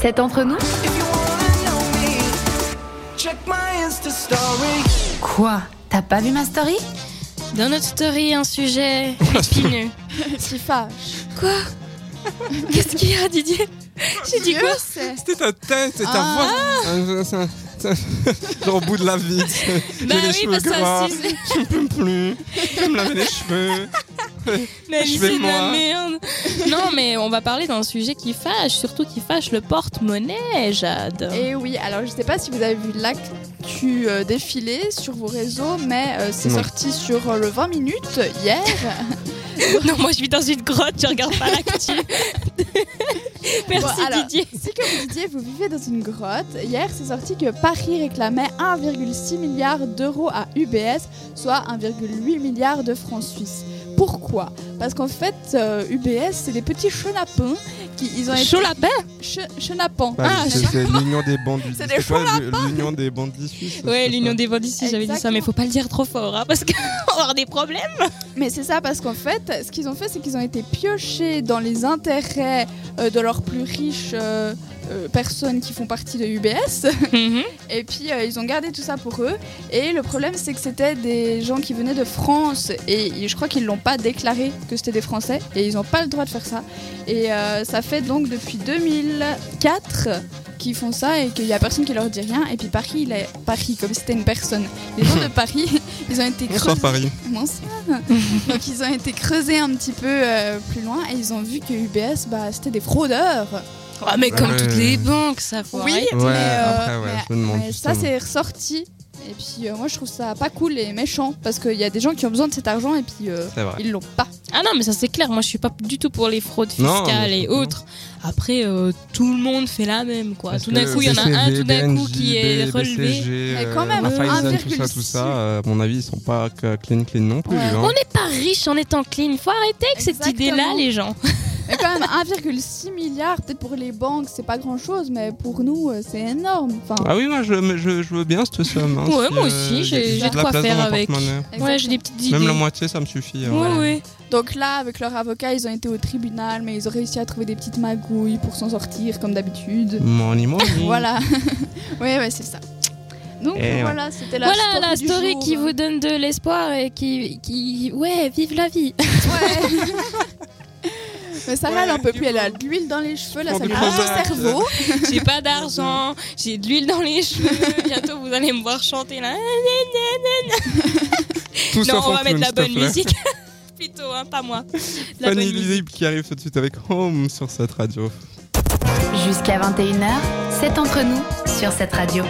C'est entre nous Quoi T'as pas vu ma story Dans notre story, un sujet épineux. S'y fâche. Quoi Qu'est-ce qu'il y a, Didier J'ai dit quoi C'était ta tête et ta Ah. voix. C'est un- c'est un- Genre au bout de la vie. tu sais. Bah J'ai les oui, cheveux parce que ça gras. aussi, Je ne peux plus. Je vais me laver les cheveux. Mais Je vais c'est de la moi. merde. Non, mais on va parler d'un sujet qui fâche, surtout qui fâche le porte-monnaie, Jade. Et oui, alors je sais pas si vous avez vu l'actu euh, défiler sur vos réseaux, mais euh, c'est Non. sorti sur euh, le 20 minutes hier. Non, moi je vis dans une grotte, je regarde pas l'actu. Merci Bon, alors, Didier. Si comme vous disiez, vous vivez dans une grotte, hier c'est sorti que Paris réclamait 1,6 milliard d'euros à UBS, soit 1,8 milliard de francs suisses. Pourquoi Parce qu'en fait, euh, UBS, c'est des petits chenapins qui ils ont été... Chaud lapin Che- Chenapans. Ah, Ah, c'est c'est l'union des bandits. C'est des C'était quoi, L'union des bandits suisses. Ouais, c'est l'union ça des bandits, si j'avais dit ça, Exactement. mais faut pas le dire trop fort, hein, parce qu'on va avoir des problèmes. Mais c'est ça, parce qu'en fait, ce qu'ils ont fait, c'est qu'ils ont été piochés dans les intérêts euh, de leurs plus riches euh, euh, personnes qui font partie de UBS. Mhm. Et puis, euh, ils ont gardé tout ça pour eux. Et le problème, c'est que c'était des gens qui venaient de France. Et ils- je crois qu'ils l'ont pas déclaré que c'était des Français. Et ils n'ont pas le droit de faire ça. Et euh, ça fait donc depuis 2004 qu'ils font ça et qu'il n'y a personne qui leur dit rien. Et puis Paris, il est Paris, comme si c'était une personne. Les gens de Paris, ils ont été Bonsoir creusés- Paris. Bonsoir. Donc ils ont été creusés un petit peu euh, plus loin et ils ont vu que UBS, bah, c'était des fraudeurs. Ah, mais comme Ouais. toutes les banques, ça faut Oui, arrêter. mais, Ouais, euh, après, ouais, mais- je me demande mais ça justement. c'est ressorti. Et puis euh, moi je trouve ça pas cool et méchant parce qu'il y a des gens qui ont besoin de cet argent et puis euh, C'est vrai. ils l'ont pas. Ah non, mais ça c'est clair, moi je suis pas du tout pour les fraudes Non, fiscales mais et complètement. autres. Après, euh, tout le monde fait la même, quoi. Parce tout d'un que coup, il y en a un, BCV, tout d'un coup, BNJ, qui est B- relevé. BCG, Mais quand euh, même, Raiffeisen, tout ça, 1,6. tout ça, euh, à mon avis, ils sont pas que clean, clean non plus. Ouais. hein. On n'est pas riche en étant clean. Faut arrêter avec cette Exactement. idée-là, les gens. Mais quand même 1,6 milliard, peut-être pour les banques c'est pas grand chose, mais pour nous euh, c'est énorme. Enfin, Ah oui, moi, je, je, je veux bien cette somme. hein, Ouais, si, moi euh, aussi, j'ai- si j'ai de de la quoi place dans faire mon avec. porte-monnaie. Ouais, j'ai des petites idées. Même la moitié, ça me suffit. hein. Ouais, ouais. Donc là, avec leur avocat, ils ont été au tribunal, mais ils ont réussi à trouver des petites magouilles pour s'en sortir, comme d'habitude. Money, money. Voilà. ouais, ouais, c'est ça. Donc Et voilà, c'était la Voilà la story, du story jour. qui vous donne de l'espoir et qui, qui. Ouais, vive la vie. Ouais. Mais Sarah, elle en peut du plus, elle a de l'huile dans les cheveux, là, prends ça du lui prend Prozac. le cerveau. J'ai pas d'argent, j'ai de l'huile dans les cheveux. Bientôt vous allez me voir chanter là. Tout non, sauf on en va mettre clown, la s'il te bonne plaît. musique. Plutôt, hein, pas moi. La bonne Fanny musique. Lizib qui arrive tout de suite avec Home sur cette radio. Jusqu'à 21h, c'est entre nous sur cette radio.